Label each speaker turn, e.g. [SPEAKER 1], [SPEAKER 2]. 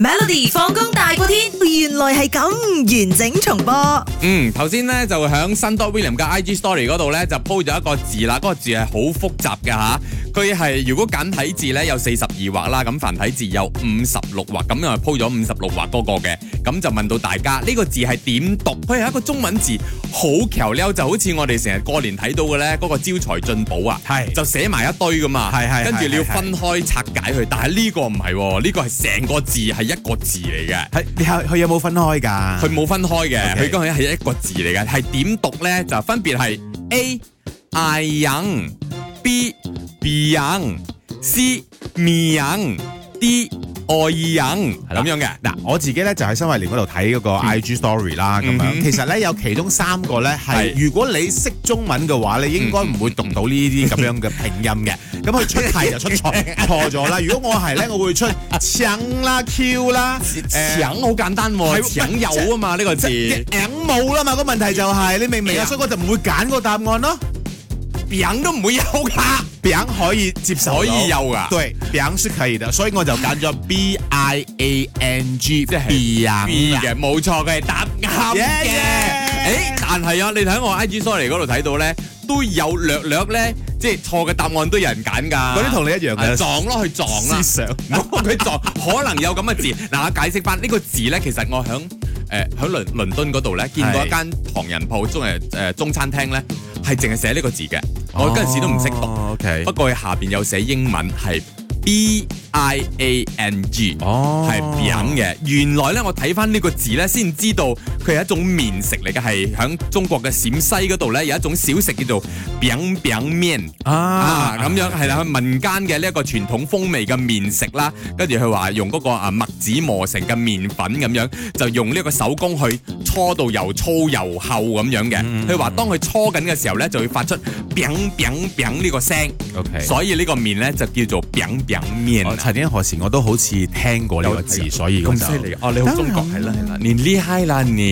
[SPEAKER 1] Melody 放工大過天，原來係咁完整重播。
[SPEAKER 2] 嗯，頭先咧就響新多 William 嘅 IG Story 嗰度咧就 po 咗一個字啦，嗰、個字係好複雜嘅吓，佢係如果簡體字咧有四十二畫啦，咁繁體字有五十六畫，咁又係 po 咗五十六畫嗰個嘅，咁就問到大家呢、個字係點讀？佢係一個中文字，好橋溜，就好似我哋成日過年睇到嘅咧嗰個招財進寶啊，
[SPEAKER 3] 係
[SPEAKER 2] 就寫埋一堆噶嘛，
[SPEAKER 3] 係係
[SPEAKER 2] 跟住你要
[SPEAKER 3] 係係
[SPEAKER 2] 分開拆解佢，但係呢個唔係喎，呢、個係成個字係一個字嚟嘅。
[SPEAKER 3] 係你係佢有冇分開㗎？
[SPEAKER 2] 佢冇分開嘅，佢
[SPEAKER 3] OK
[SPEAKER 2] 嗰樣係一個字嚟嘅，係點讀咧？就分別係 A I young B B young C me young D I young
[SPEAKER 3] 係啦
[SPEAKER 2] 咁樣嘅。
[SPEAKER 3] 嗱，我自己咧就喺新慧蓮嗰度睇嗰個 IG Story 啦，咁
[SPEAKER 2] 嗯
[SPEAKER 3] 樣其實咧有其中三個咧係，
[SPEAKER 2] 係
[SPEAKER 3] 如果你識中文嘅話，你應該唔會讀到呢啲咁樣嘅拼音嘅。咁佢出題就出錯錯咗啦。如果我係咧，我會出搶啦、Q 啦、誒
[SPEAKER 2] 搶好簡單喎，
[SPEAKER 3] 係
[SPEAKER 2] 搶有啊嘛呢個字。
[SPEAKER 3] 搶冇啦嘛。個問題就係你明唔明啊？
[SPEAKER 2] 搶
[SPEAKER 3] 所以我就唔會揀個答案咯。
[SPEAKER 2] 餅都唔會有 㗎，
[SPEAKER 3] 餅可以接受到，
[SPEAKER 2] 可以有㗎
[SPEAKER 3] 對，餅是可以的，所以我就揀咗 B I A N G，即
[SPEAKER 2] 係
[SPEAKER 3] B
[SPEAKER 2] 嘅冇錯，佢係答啱嘅。誒
[SPEAKER 3] Yeah, yeah
[SPEAKER 2] 但係啊，你睇我 IG story 嗰度睇到咧，都有略略咧，即係錯嘅答案都有人揀㗎。
[SPEAKER 3] 嗰啲同你一樣
[SPEAKER 2] 啊
[SPEAKER 3] 嘅
[SPEAKER 2] 撞咯，去撞啦。
[SPEAKER 3] 思想。
[SPEAKER 2] 佢就可能有咁嘅字。嗱，我解釋翻呢個字咧，其實我響誒響倫倫敦嗰度咧，見過一間唐人鋪中誒誒中餐廳咧，係淨係寫呢個字嘅。我嗰陣時都唔識讀，
[SPEAKER 3] 哦，OK
[SPEAKER 2] 不。過佢下邊有寫英文係 B I A N G。
[SPEAKER 3] 哦
[SPEAKER 2] 係餅嘅，原來咧我睇翻呢個字咧，先知道佢係一種麵食嚟嘅，係響中國嘅陝西嗰度咧有一種小食叫做餅餅麵。啊，咁樣係啦，佢民間嘅呢一個傳統風味嘅麵食啦，跟住佢話用嗰個啊麥子磨成嘅麵粉咁樣，就用呢一個手工去搓到又粗又厚咁樣嘅。佢話當佢搓緊嘅時候呢，就會發出 biang biang biang 呢個聲，
[SPEAKER 3] OK
[SPEAKER 2] 所以呢個麵呢，就叫做 biang biang 麵
[SPEAKER 3] 我
[SPEAKER 2] 啊。
[SPEAKER 3] 曾經何時我都好似聽過呢個字，所以我
[SPEAKER 2] 咁
[SPEAKER 3] 就
[SPEAKER 2] 犀利哦！你好中國係啦係啦，你厲害啦你。